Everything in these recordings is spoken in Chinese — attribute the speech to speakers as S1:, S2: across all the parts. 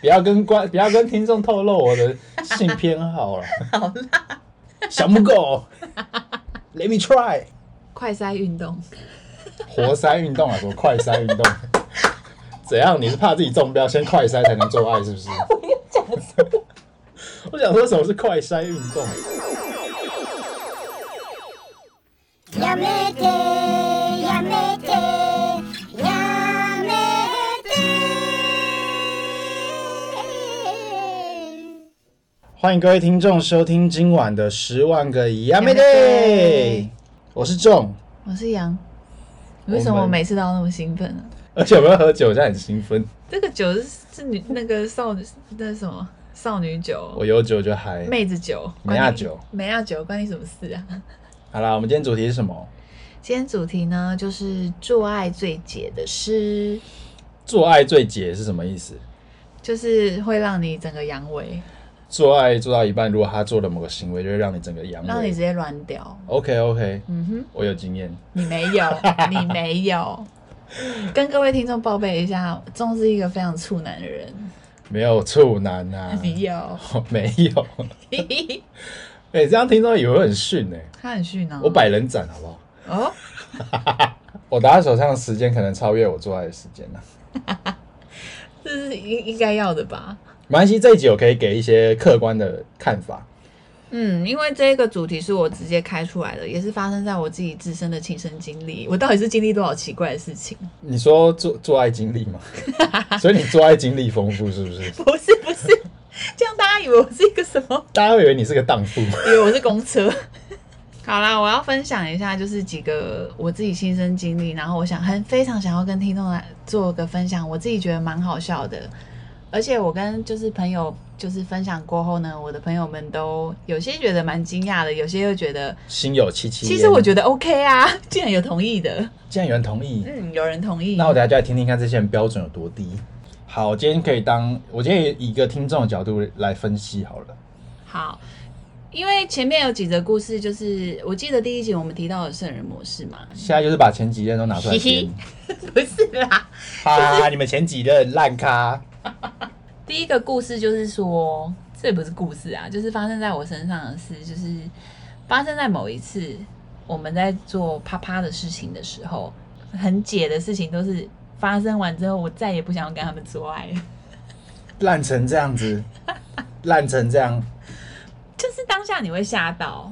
S1: 不要跟观，不要跟听众透露我的性偏 好了。
S2: 好啦，
S1: 小母狗，Let me try，
S2: 快塞运动，
S1: 活塞运动啊，什么快塞 运动？怎样？你是怕自己中标，先快塞才能做爱是不是？
S2: 我又讲错，
S1: 我想说什么是快塞运动？
S3: やめてやめてやめて
S1: 欢迎各位听众收听今晚的十万个 Yummy
S2: 呀
S1: Day，我是仲，
S2: 我是羊。为什么每次都要那么兴奋啊呢、
S1: 而且我们要喝酒，我现在很兴奋，
S2: 这个酒是是女那个少女那是什么少女
S1: 我
S2: 酒、
S1: 有酒就嗨。
S2: 妹子酒、
S1: 美亚酒
S2: 关你、美亚酒，关你什么事啊？
S1: 好啦，我们今天主题是什么？
S2: 今天主题呢就是做爱最解的诗，
S1: 做爱最解是什么意思？
S2: 就是会让你整个阳痿，
S1: 做爱做到一半，如果他做了某个行为，就会让你整个阳
S2: 让你直
S1: 痿。
S2: 接软屌。
S1: OK OK，
S2: 嗯哼，
S1: 我有经验。
S2: 你没 有，你没有。跟各位听众报备一下，钟是一个非常处男的人。，
S1: 没有处男啊
S2: 你有，
S1: 我 没有。 哎、这样听众以为我很逊哎、
S2: 他很逊啊呢。
S1: 我百人斩好不好？
S2: 哦，
S1: 我打在手上的时间可能超越我做爱的时间了、啊
S2: 这是应应该要的吧？
S1: 没关系，这一集我可以给一些客观的看法。
S2: 嗯，因为这个主题是我直接开出来的，也是发生在我自己自身的亲身经历。我到底是经历多少奇怪的事情？
S1: 你说做做爱经历吗？所以你做爱经历丰富是不是？
S2: 不是不是，这样大家以为我是一个什么？
S1: 大家会以为你是个荡妇。
S2: 以为我是公车。 好啦，我要分享一下，就是几个我自己亲身经历，然后我想很非常想要跟听众来做个分享，我自己觉得蛮好笑的，而且我跟就是朋友就是分享过后呢，我的朋友们都有些觉得蛮惊讶的，有些又觉得
S1: 心有戚戚。
S2: 其实我觉
S1: 得，
S2: 得 OK 啊， 竟然有同意的，
S1: 既然有人同意，
S2: 嗯，有人同意
S1: 那，我等下就来听听看这些人标准有多低。好，我今天可以当我今天以一个听众的角度来分析好了。
S2: 好。因为前面有几则故事，就是我记得第一集我们提到的圣人模式嘛，
S1: 现在就是把前几任都拿出来编，
S2: 不是啦，
S1: 哈，你们前几任烂咖，
S2: 第一个故事就是说，这也不是故事啊，就是发生在我身上的事，就是发生在某一次我们在做啪啪的事情的时候，很解的事情都是发生完之后，我再也不想要跟他们做爱了。
S1: 烂成这样子，烂成这样，
S2: 就是当下你会吓到。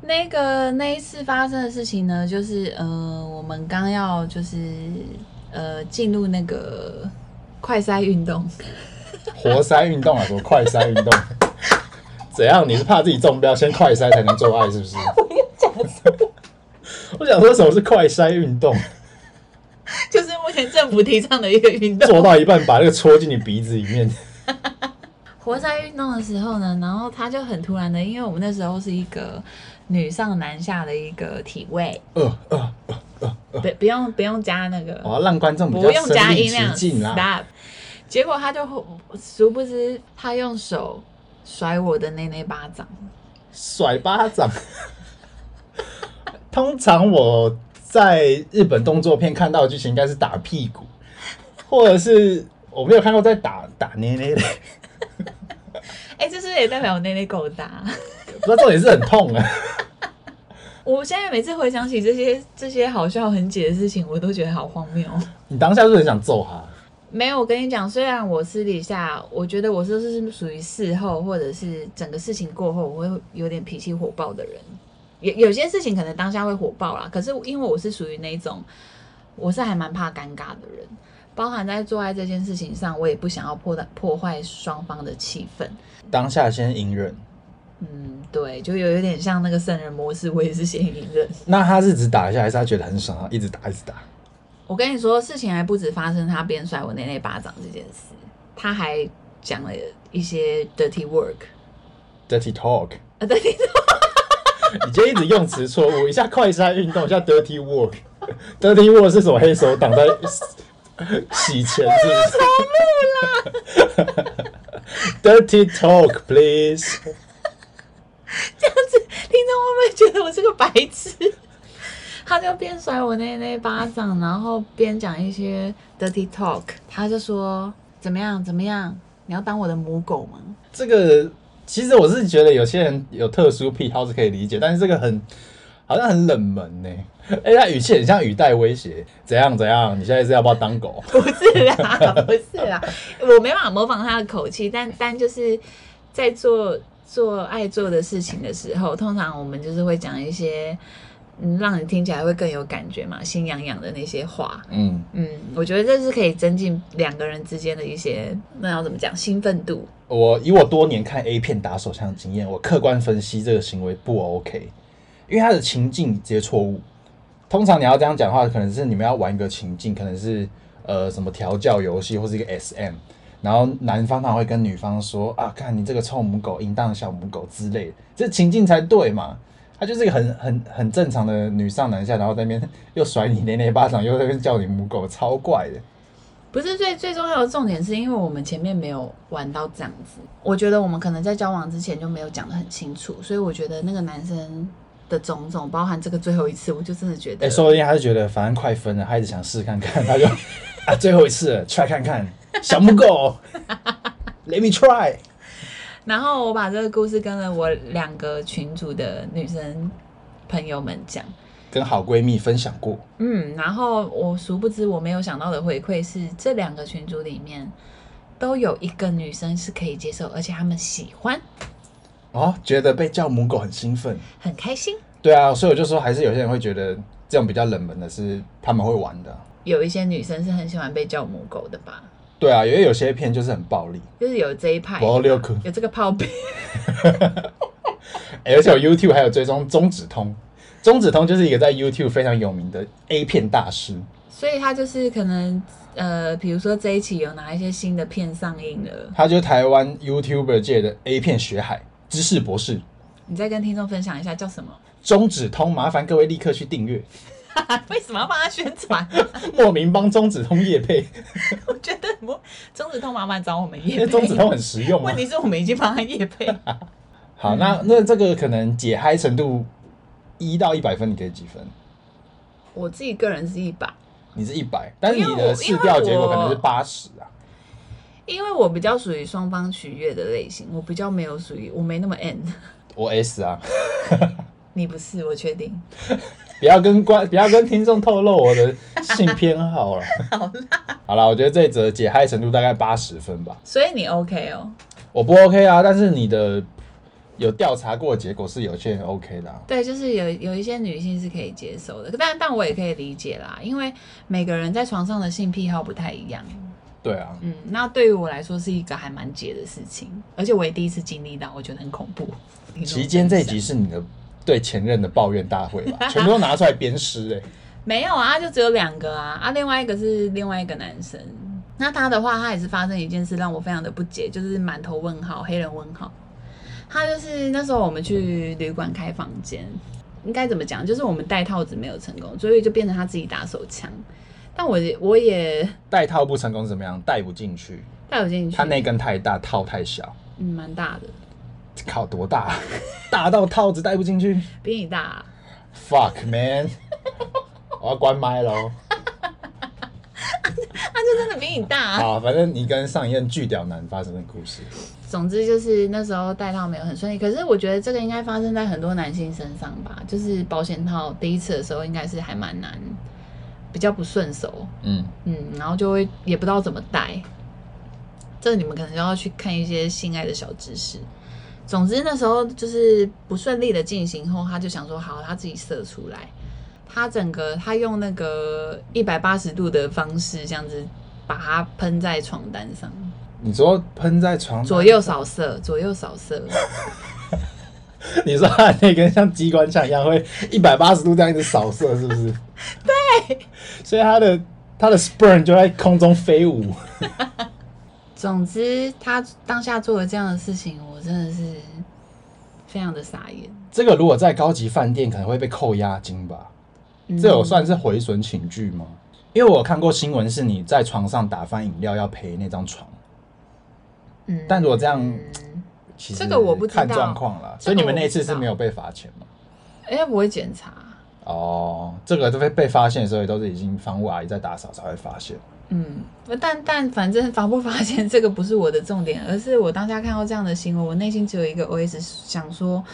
S2: 那个那一次发生的事情呢，就是呃，我们刚要就是呃进入那个快塞运动，
S1: 活塞运动啊，什么快塞运动？怎样？你是怕自己中标，先快塞才能做爱是不是？
S2: 我又讲错，
S1: 我想说什么是快塞运动？
S2: 就是目前政府提倡的一个运 动。
S1: 做到一半把那个戳进你鼻子里面，
S2: 活塞运动的时候呢，然后他就很突然的，因为我们那时候是一个女上男下的一个体位，
S1: 呃呃，
S2: 不不用不用加那个，
S1: 我要让观众哦比
S2: 不
S1: 较
S2: 用
S1: 身
S2: 加
S1: 临
S2: 音
S1: 其
S2: 量
S1: 境啊啦。
S2: ，stop。结果他就殊不知他用手甩我的内内巴掌，
S1: 甩巴掌。通常我在日本动作片看到的剧情应该是打屁股，或者是我没有看过在打打捏捏的，
S2: 哎、这是不是也代表我内内够大？
S1: 不知道重点是很痛啊。
S2: 我现在每次回想起这些这些好笑很解的事情，我都觉得好荒谬。
S1: 你当下是不是很想揍他？
S2: 没有，我跟你讲，虽然我私底下，我觉得我是是属于事后或者是整个事情过后，我会有点脾气火爆的人。有有些事情可能当下会火爆啦，可是因为我是属于那种，我是还蛮怕尴尬的人，包含在做爱这件事情上，我也不想要破的破坏双方的气氛。
S1: 当下先隐忍。
S2: 嗯，对，就有有点像那个圣人模式，我也是先隐忍。
S1: 那他是只打一下，还是他觉得很爽，他一直打一直打？
S2: 我跟你说，事情还不止发生他边甩我内内巴掌这件事，他还讲了一些 dirty work。
S1: Dirty talk，
S2: 啊，对，
S1: 你今天一直用词错误，一下快塞运动，一下 dirty work。dirty work 是什么？黑手党在洗钱是不是？Dirty talk, please。
S2: 听众会不会觉得我是个白痴？他就边甩我那那巴掌，然后边讲一些 dirty talk。他就说怎么样怎么样，你要当我的母狗吗？
S1: 这个其实我是觉得有些人有特殊癖好是可以理解，但是这个很好像很冷门呢、哎、他语气很像语带威胁，怎样怎样？你现在是要不要当狗？
S2: 不是啦，不是啦，我没办法模仿他的口气，但但就是在做做爱做的事情的时候，通常我们就是会讲一些嗯，让你听起来会更有感觉嘛，心痒痒的那些话。
S1: 嗯，
S2: 嗯，我觉得这是可以增进两个人之间的一些那要怎么讲兴奋度。
S1: 我以我多年看 A 片打手枪的经验，我客观分析这个行为不 OK，因为他的情境直接错误。通常你要这样讲的话，可能是你们要玩一个情境，可能是呃什么调教游戏或是一个 SM，然后男方他会跟女方说啊，看你这个臭母狗，淫荡的小母狗之类的，这情境才对嘛。他就是一个很很很正常的女上男下，然后在那边又甩你连连巴掌，又在那边叫你母狗，超怪的。
S2: 不是最最重要的重点，是因为我们前面没有玩到这样子。我觉得我们可能在交往之前就没有讲得很清楚，所以我觉得那个男生的种种，包含这个最后一次，我就真的觉
S1: 哎、
S2: 得，
S1: 说不定他就觉得反正快分了，他一直想试看看，他就啊最后一次了，try 看看，小母狗，Let me try。
S2: 然后我把这个故事跟了我两个群组的女生朋友们讲，
S1: 跟好闺蜜分享过，
S2: 嗯，然后我殊不知我没有想到的回馈是，这两个群组里面都有一个女生是可以接受，而且她们喜欢，
S1: 哦，觉得被叫母狗很兴奋。
S2: 很开心。
S1: 对啊，所以我就说，还是有些人会觉得这种比较冷门的是他们会玩的。
S2: 有一些女生是很喜欢被叫母狗的吧，
S1: 对啊，因为有些片就是很暴力，
S2: 就是有这一派。
S1: 暴力控。
S2: 有这个炮兵，
S1: 欸而且我 YouTube 还有追踪中指通，中指通就是一个在 YouTube 非常有名的 A 片大师。
S2: 所以他就是可能呃，比如说这一期有哪一些新的片上映了，
S1: 他就是台湾 YouTuber 界的 A 片学海知识博士
S2: 你再跟听众分享一下叫什么？
S1: 中指通，麻烦各位立刻去订阅。
S2: 为什么要帮他宣传？
S1: 莫名帮中指通业 配，
S2: 我觉得我中指通麻烦找我们
S1: 因
S2: 叶
S1: 为
S2: 配。
S1: 中指通很实用啊
S2: 问。题是我们已经帮他叶配，
S1: 好，那那这个可能解嗨程度一到一百分，你给几分？
S2: 我自己个人是一把，
S1: 你是一百，但是
S2: 因为
S1: 你的
S2: 我
S1: 试调结果可能
S2: 因
S1: 是
S2: 为我
S1: 八十啊。
S2: 因为我比较属于双方取悦的类型，我比较没有属于我没那么 N，
S1: 我 S 啊，
S2: 你不是，我确定。
S1: 不要跟观，不要跟听众透露我的性偏好 了。好啦，我觉得这一则解嗨程度大概八十分吧。
S2: 所以你 OK 哦？
S1: 我不 OK 啊，但是你的有调查过的结果是有些人 OK 的、啊。
S2: 对，就是有有一些女性是可以接受的，但但我也可以理解啦，因为每个人在床上的性癖好不太一样。
S1: 对啊，
S2: 嗯，那对于我来说是一个还蛮解的事情，而且我也第一次经历到，我觉得很恐怖。
S1: 期间这一集是你的对前任的抱怨大会 吧？全部都拿出来鞭尸哎、
S2: 没有啊，就只有两个啊，啊，另外一个是另外一个男生。那他的话，他也是发生一件事让我非常的不解，就是满头问号，黑人问号。他就是那时候我们去旅馆开房间，应该怎么讲？就是我们戴套子没有成功，所以就变成他自己打手枪。但我也我也
S1: 戴套不成功是怎么样？戴不进去，
S2: 带我进去，
S1: 它那根太大，套太小，
S2: 嗯蛮大的，
S1: 靠多大 啊？大到套子戴不进去
S2: 比你大、啊。
S1: ？Fuck man！我要关麦喽。
S2: 他就真的比你大、啊。
S1: 好，反正你跟上一任巨屌男发生的故事，
S2: 总之就是那时候戴套没有很顺利，可是我觉得这个应该发生在很多男性身上吧，就是保险套第一次的时候应该是还蛮难，比较不顺手，
S1: 嗯，
S2: 嗯，然后就会也不知道怎么戴，这你们可能就要去看一些性爱的小知识。总之那时候就是不顺利的进行后，他就想说好，他自己射出来，他整个他用那个一百八十度的方式这样子把它喷在床单上。
S1: 你说喷在床单
S2: 左右，扫射，左右扫射，
S1: 你说他那根像机关枪一样会一百八十度这样一直扫射，是不 是？对，所以他的他的 sperm 就在空中飞舞。
S2: 总之，他当下做了这样的事情，我真的是非常的傻眼。
S1: 这个如果在高级饭店可能会被扣押金吧？
S2: 嗯
S1: 这有算是回损请剧吗？因为我有看过新闻，是你在床上打翻饮料要赔那张床，
S2: 嗯
S1: 但如果这样其实
S2: 这个我不知道
S1: 看状况啦。所以你们那一次是没有被罚钱吗？
S2: 哎、我会检查。
S1: 哦，这个都被被发现的时候，也都是已经房务阿姨在打扫才会发现。
S2: 嗯，但但反正发不发现这个不是我的重点，而是我当下看到这样的行为，我内心只有一个 OS 想说，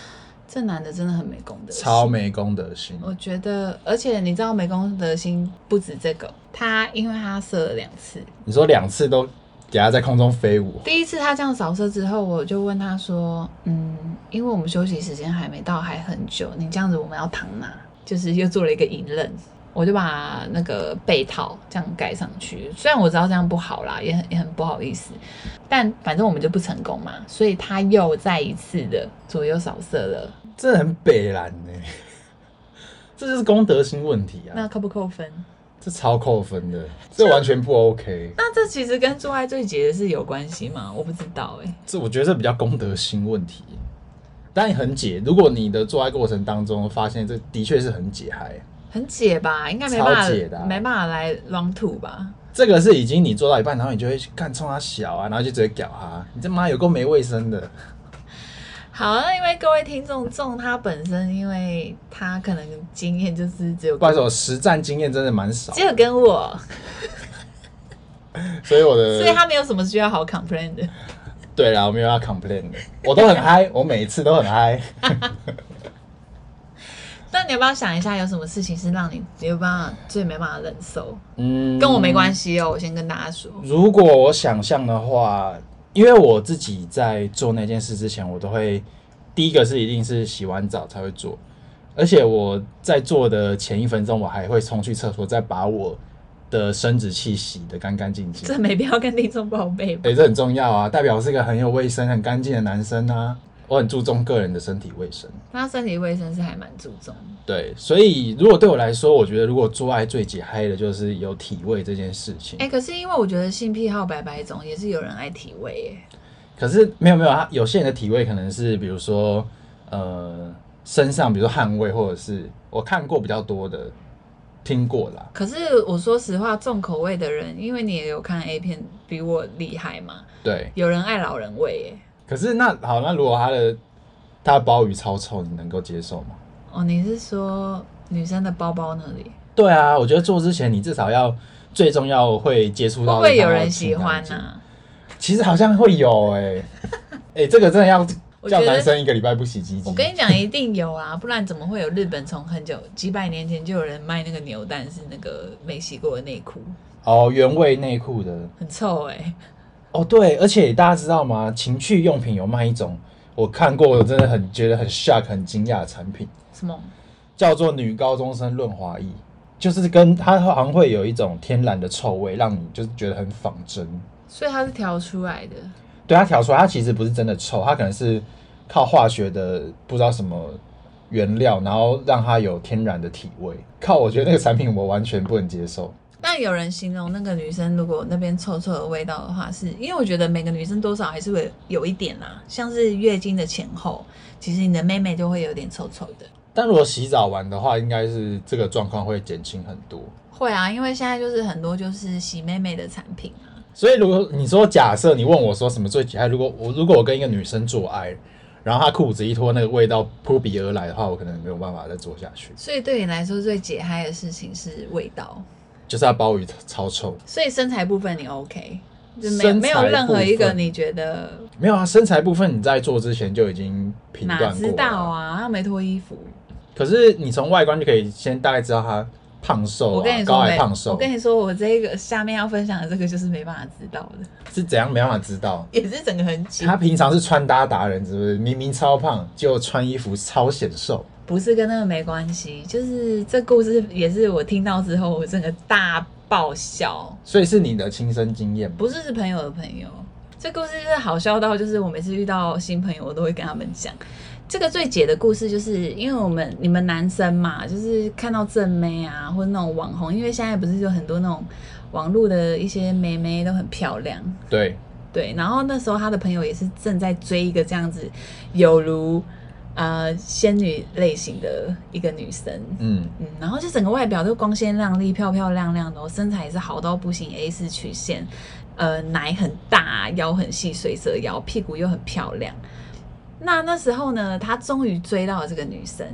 S2: 这男的真的很没公德心，
S1: 超没公德心。
S2: 我觉得，而且你知道，美工德心不止这个，他因为他射了两次，
S1: 你说两次都给他在空中飞舞，
S2: 第一次他这样扫射之后，我就问他说：“嗯，因为我们休息时间还没到，还很久，你这样子我们要躺哪？”就是又做了一个隐忍，我就把那个被套这样盖上去。虽然我知道这样不好啦，也很也很不好意思，但反正我们就不成功嘛，所以他又再一次的左右扫射了。
S1: 真的很北蓝呢、 这就是公德心问题
S2: 那
S1: 啊，
S2: 扣不扣分？
S1: 这超扣分的，这完全不 OK。
S2: 那这其实跟做爱最节是有关系吗？我不知道哎、
S1: 这我觉得这比较公德心问题。但很解，如果你的做爱过程当中发现这的确是很解嗨，
S2: 很解吧，应该没办
S1: 超解的
S2: 法，
S1: 啊
S2: 没办法来 long two 吧。
S1: 这个是已经你做到一半，然后你就会去干冲他小啊，然后就直接屌他，你这妈有够没卫生的。
S2: 好，那因为各位听众中他本身，因为他可能经验就是只有
S1: 不好意思，我实战经验真的蛮少
S2: 只，有跟我，
S1: 所以我的
S2: 所以他没有什么需要好 complain 的。
S1: 对啦，我没有要 complain 的，我都很嗨，我每一次都很嗨。
S2: 那你要不要想一下，有什么事情是让你没有办法最没办法忍受？
S1: 嗯，
S2: 跟我没关。系哦，我先跟大家说。
S1: 如果我想象的话，因为我自己在做那件事之前，我都会第一个是一定是洗完澡才会做，而且我在做的前一分钟，我还会冲去厕所，再把我的生殖器洗得干干净净
S2: 这。没必要跟听众报备吧？
S1: 哎、这很重要啊，代表我是个很有卫生、很干净的男生啊。我很注重个人的身体卫生，
S2: 他身体卫生是还蛮注重的，
S1: 对，所以如果对我来说，我觉得如果做爱最解嗨的就是有体味这件事情。
S2: 哎、可是因为我觉得性癖好百百种，也是有人爱体味耶。
S1: 可是没有没有，他有些人的体味可能是比如说呃身上，比如说汗味，或者是我看过比较多的，听过啦。
S2: 可是我说实话，重口味的人，因为你也有看 A 片，比我厉害嘛。
S1: 对，
S2: 有人爱老人味耶。
S1: 可是那好，那如果他的他的鲍鱼超臭，你能够接受吗？
S2: 哦，你是说女生的包包那里？
S1: 对啊，我觉得做之前你至少要最重要会接触
S2: 会
S1: 到，
S2: 不会有人喜欢啊
S1: 呢、
S2: 呢、
S1: 其实好像会有哎、 欸，哎、这个真的要
S2: 我
S1: 叫
S2: 觉得
S1: 男生一个礼拜不洗鸡鸡。
S2: 我跟你讲，一定有啊， 不然怎么会有日本从很久几百年前就有人卖那个牛蛋是那个没洗过的内裤，
S1: 哦，原味内裤的
S2: 很臭哎、
S1: 哦，对，而且大家知道吗？情趣用品有卖一种，我看过，我真的很觉得很 shock、很惊讶的产品，
S2: 什么？
S1: 叫做女高中生润滑液，就是跟它好像会有一种天然的臭味，让你就是觉得很仿真。
S2: 所以它是调出来的。
S1: 对它调出来，它其实不是真的臭，它可能是靠化学的不知道什么原料，然后让它有天然的体味。靠，我觉得那个产品我完全不能接受。
S2: 但有人形容那个女生如果那边臭臭的味道的话是，因为我觉得每个女生多少还是会有一点啦、啊像是月经的前后，其实你的妹妹就会有点臭臭的。
S1: 但如果洗澡完的话，应该是这个状况会减轻很多。
S2: 会啊，因为现在就是很多就是洗妹妹的产品啊。
S1: 所以如果你说假设你问我说什么最哎解害，如果我如果我跟一个女生做爱，然后她裤子一脱，那个味道扑鼻而来的话，我可能没有办法再做下去。
S2: 所以对你来说最解嗨的事情是味道，
S1: 就是她鲍鱼超臭，
S2: 所以身材部分你 OK，就没有
S1: 身材
S2: 没有任何一
S1: 部
S2: 个
S1: 分
S2: 你觉得
S1: 没有啊，身材部分你在做之前就已经评
S2: 哪
S1: 断过
S2: 知
S1: 了
S2: 道。啊，她没脱衣服。
S1: 可是你从外观就可以先大概知道她胖瘦、
S2: 我跟
S1: 啊、
S2: 你
S1: 高
S2: 说
S1: 矮
S2: 没，
S1: 胖
S2: 我
S1: 瘦
S2: 跟你说，我这个下面要分享的这个就是没办法知道的，
S1: 是怎样，没办法知道。
S2: 也是整个很紧。
S1: 她平常是穿搭达人，是不是？明明超胖，就穿衣服超显瘦。
S2: 不是跟那个没关系，就是这故事也是我听到之后，我整个大爆笑。
S1: 所以是你的亲身经验吗？
S2: 不是是朋友的朋友，这故事就是好笑到，就是我每次遇到新朋友，我都会跟他们讲。这个最解的故事，就是因为我们你们男生嘛，就是看到正妹啊，或者那种网红，因为现在不是有很多那种网络的一些妹妹都很漂亮，
S1: 对，
S2: 对，然后那时候他的朋友也是正在追一个这样子，有如呃仙女类型的一个女生，
S1: 嗯，
S2: 嗯，然后就整个外表都光鲜亮丽、漂漂亮亮的、哦，身材也是好到不行，A 四曲线，呃，奶很大，腰很细，水蛇腰，屁股又很漂亮。那那时候呢，他终于追到了这个女生，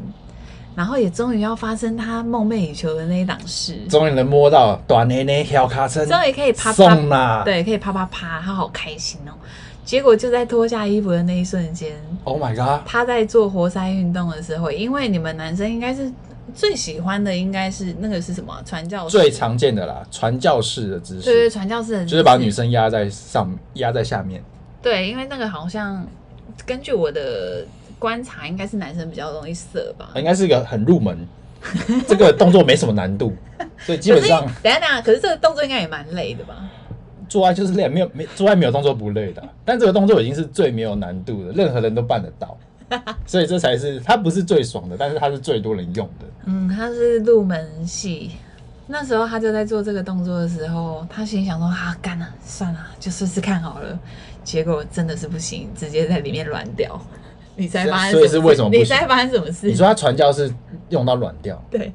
S2: 然后也终于要发生他梦寐以求的那一档事，
S1: 终于能摸到短内内小卡车，
S2: 终于可以啪啪
S1: 送啊啦！
S2: 对，可以啪啪啪，他好开心哦。结果就在脱下衣服的那一瞬间，
S1: ，Oh my god！
S2: 他在做活塞运动的时候，因为你们男生应该是最喜欢的，应该是那个是什么啊传教士
S1: 最常见的啦，传教士的姿
S2: 对对
S1: 势，
S2: 传教士的姿势
S1: 就是把女生压在上，压在下面。
S2: 对，因为那个好像根据我的观察，应该是男生比较容易射吧。
S1: 应该是个很入 门，这个动作没什么难度，所以基
S2: 可
S1: 本
S2: 是
S1: 上
S2: 等一下等一下，可是这个动作应该也蛮累的吧？
S1: 做爱就是累，没有没做爱没有动作不累 的，但这个动作已经是最没有难度的，任何人都办得 到，所以这才是它不是最爽的，但是它是最多人用的。
S2: 嗯，他是入门戏。那时候他就在做这个动作的时候，他心里想说：“啊，干了、算了，就试试看好了。”结果真的是不行，直接在里面软掉。 你猜发生
S1: 所以
S2: 什么事？
S1: 是为什么不行
S2: 你猜发生什么事？
S1: 你说它传教是用到软掉，
S2: 对，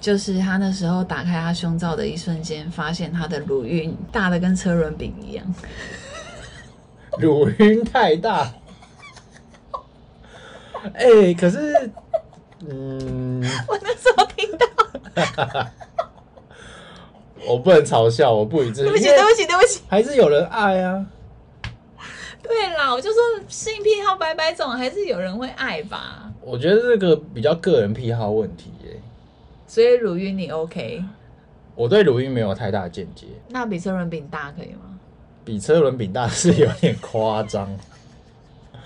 S2: 就是他那时候打开他胸罩的一瞬间，发现他的乳晕大的跟车轮饼一样。
S1: 乳晕太大，哎、可是，嗯，
S2: 我那时候听到，
S1: 我不能嘲笑，我不予置
S2: 对不起，
S1: 评，因为
S2: 对不起，对不起。
S1: 还是有人爱啊。
S2: 对啦，我就说性癖好百百种，还是有人会爱吧。
S1: 我觉得这个比较个人癖好问题耶、
S2: 所以乳晕你 OK，
S1: 我对乳晕没有太大的见解，
S2: 那比车轮饼大可以吗？
S1: 比车轮饼大是有点夸张，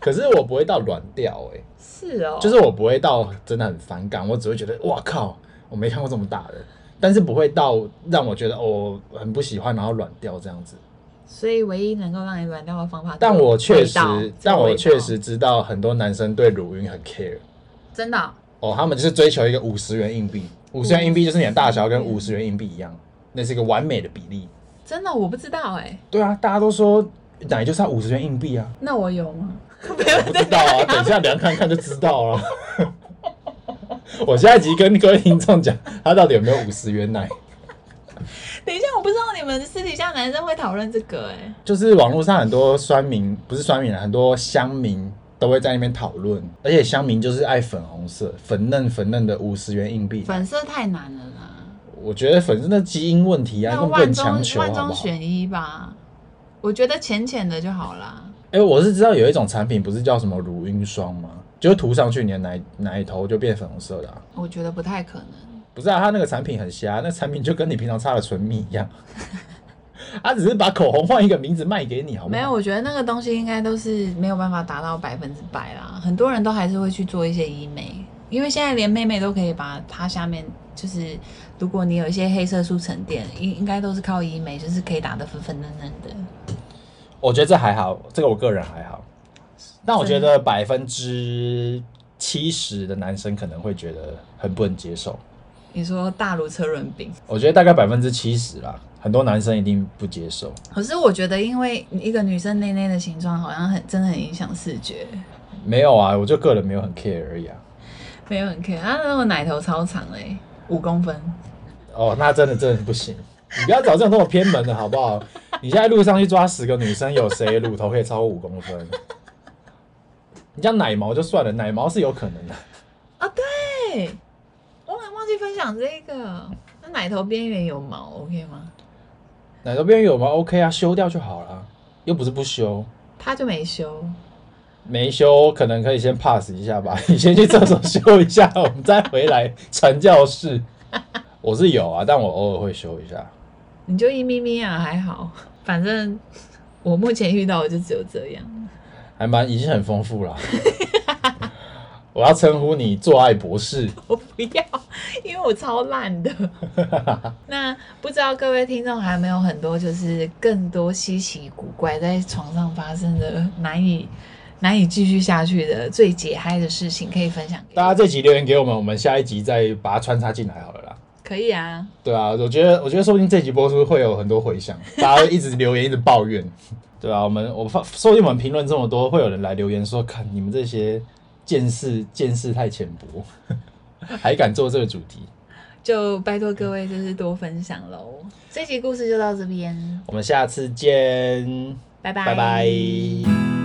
S1: 可是我不会到软掉哎、
S2: 是哦，
S1: 就是我不会到真的很反感，我只会觉得哇靠，我没看过这么大的，但是不会到让我觉得哦很不喜欢，然后软掉这样子。
S2: 所以唯一能够让你软掉的方法，
S1: 但我确
S2: 味道
S1: 实，但
S2: 这个味
S1: 我
S2: 道
S1: 确实知道很多男生对乳晕很 care
S2: 真的哦、
S1: 哦，他们就是追求一个五十元硬币，五十元硬币就是你的大小
S2: 嗯
S1: 跟五十元硬币一样，那是一个完美的比例。
S2: 真的我不知道哎、
S1: 对啊，大家都说奶就是要五十元硬 币啊，
S2: 那我有吗？
S1: 我不知道啊，等一下量看看就知道了。 我下一集跟各位听众讲，他到底有没有五十元奶？
S2: 等一下，我不知道你们私底下男生会讨论这个哎、
S1: 就是网络上很多酸民，不是酸民啊，很多乡民都会在那边讨论，而且乡民就是爱粉红色、粉嫩粉嫩的五十元硬币。
S2: 粉色太难了啦，
S1: 我觉得粉真的基因问题啊，
S2: 那
S1: 更不
S2: 万
S1: 能
S2: 中
S1: 强求
S2: 万
S1: 好
S2: 中
S1: 不好？
S2: 选一吧，我觉得浅浅的就好啦。
S1: 哎、我是知道有一种产品不是叫什么乳晕霜吗？就是涂上去，你的奶奶头就变粉红色的、啊。
S2: 我觉得不太可能。
S1: 不是啊，他那个产品很瞎，那产品就跟你平常擦的唇蜜一样， 他只是把口红换一个名字卖给你，好不好？
S2: 没有，，我觉得那个东西应该都是没有办法达到百分之百啦。很多人都还是会去做一些医美，因为现在连妹妹都可以把她下面就是，如果你有一些黑色素沉淀，应应该都是靠医美，就是可以打得粉粉嫩嫩的。
S1: 我觉得这还好，这个我个人还好，但我觉得百分之七十的男生可能会觉得很不能接受，
S2: 你说大如车轮饼，
S1: 我觉得大概百分之七十啦，很多男生一定不接受。
S2: 可是我觉得，因为一个女生内内的形状好像很真的很影响视觉，
S1: 没有啊，我就个人没有很 care 而已啊。
S2: 没有很 care。她那个奶头超长嘞、五公分。
S1: 哦，那真的真的不行，你不要找这种那么偏门的好不好？你现在路上去抓十个女生，有谁乳头可以超过五公分？你讲奶毛就算了，奶毛是有可能的。
S2: 啊，对，我还忘记分享这个。那奶头边缘有毛，OK 吗？
S1: 奶头边有毛 OK 啊，修掉就好了，又不是不修，
S2: 他就没修，
S1: 没修可能可以先 pass 一下吧， 你先去厕所修一下，我们再回来传教士。我是有啊，但我偶尔会修一下。
S2: 你就一咪咪啊，还好。 反正我目前遇到的就只有这样。
S1: 还蛮已经很丰富了。 我要称呼你做爱博士，
S2: 我不要，因为我超烂的。 那不知道各位听众还有没有很多就是更多稀奇古怪在床上发生的难以难以继续下去的最解嗨的事情可以分享给
S1: 大家
S2: 我？
S1: 这集留言给我们，我们下一集再把它穿插进来好了啦。
S2: 可以啊，
S1: 对啊，我觉得我觉得说不定这集播出会有很多回响，大家会一直留言，一直抱怨，对啊，我们我发，说不定我们评论这么多，会有人来留言说，看你们这些见识见识太浅薄， 还敢做这个主题。
S2: 就拜托各位就是多分享喽。这集故事就到这边。
S1: 我们下次见，
S2: 拜拜
S1: 拜拜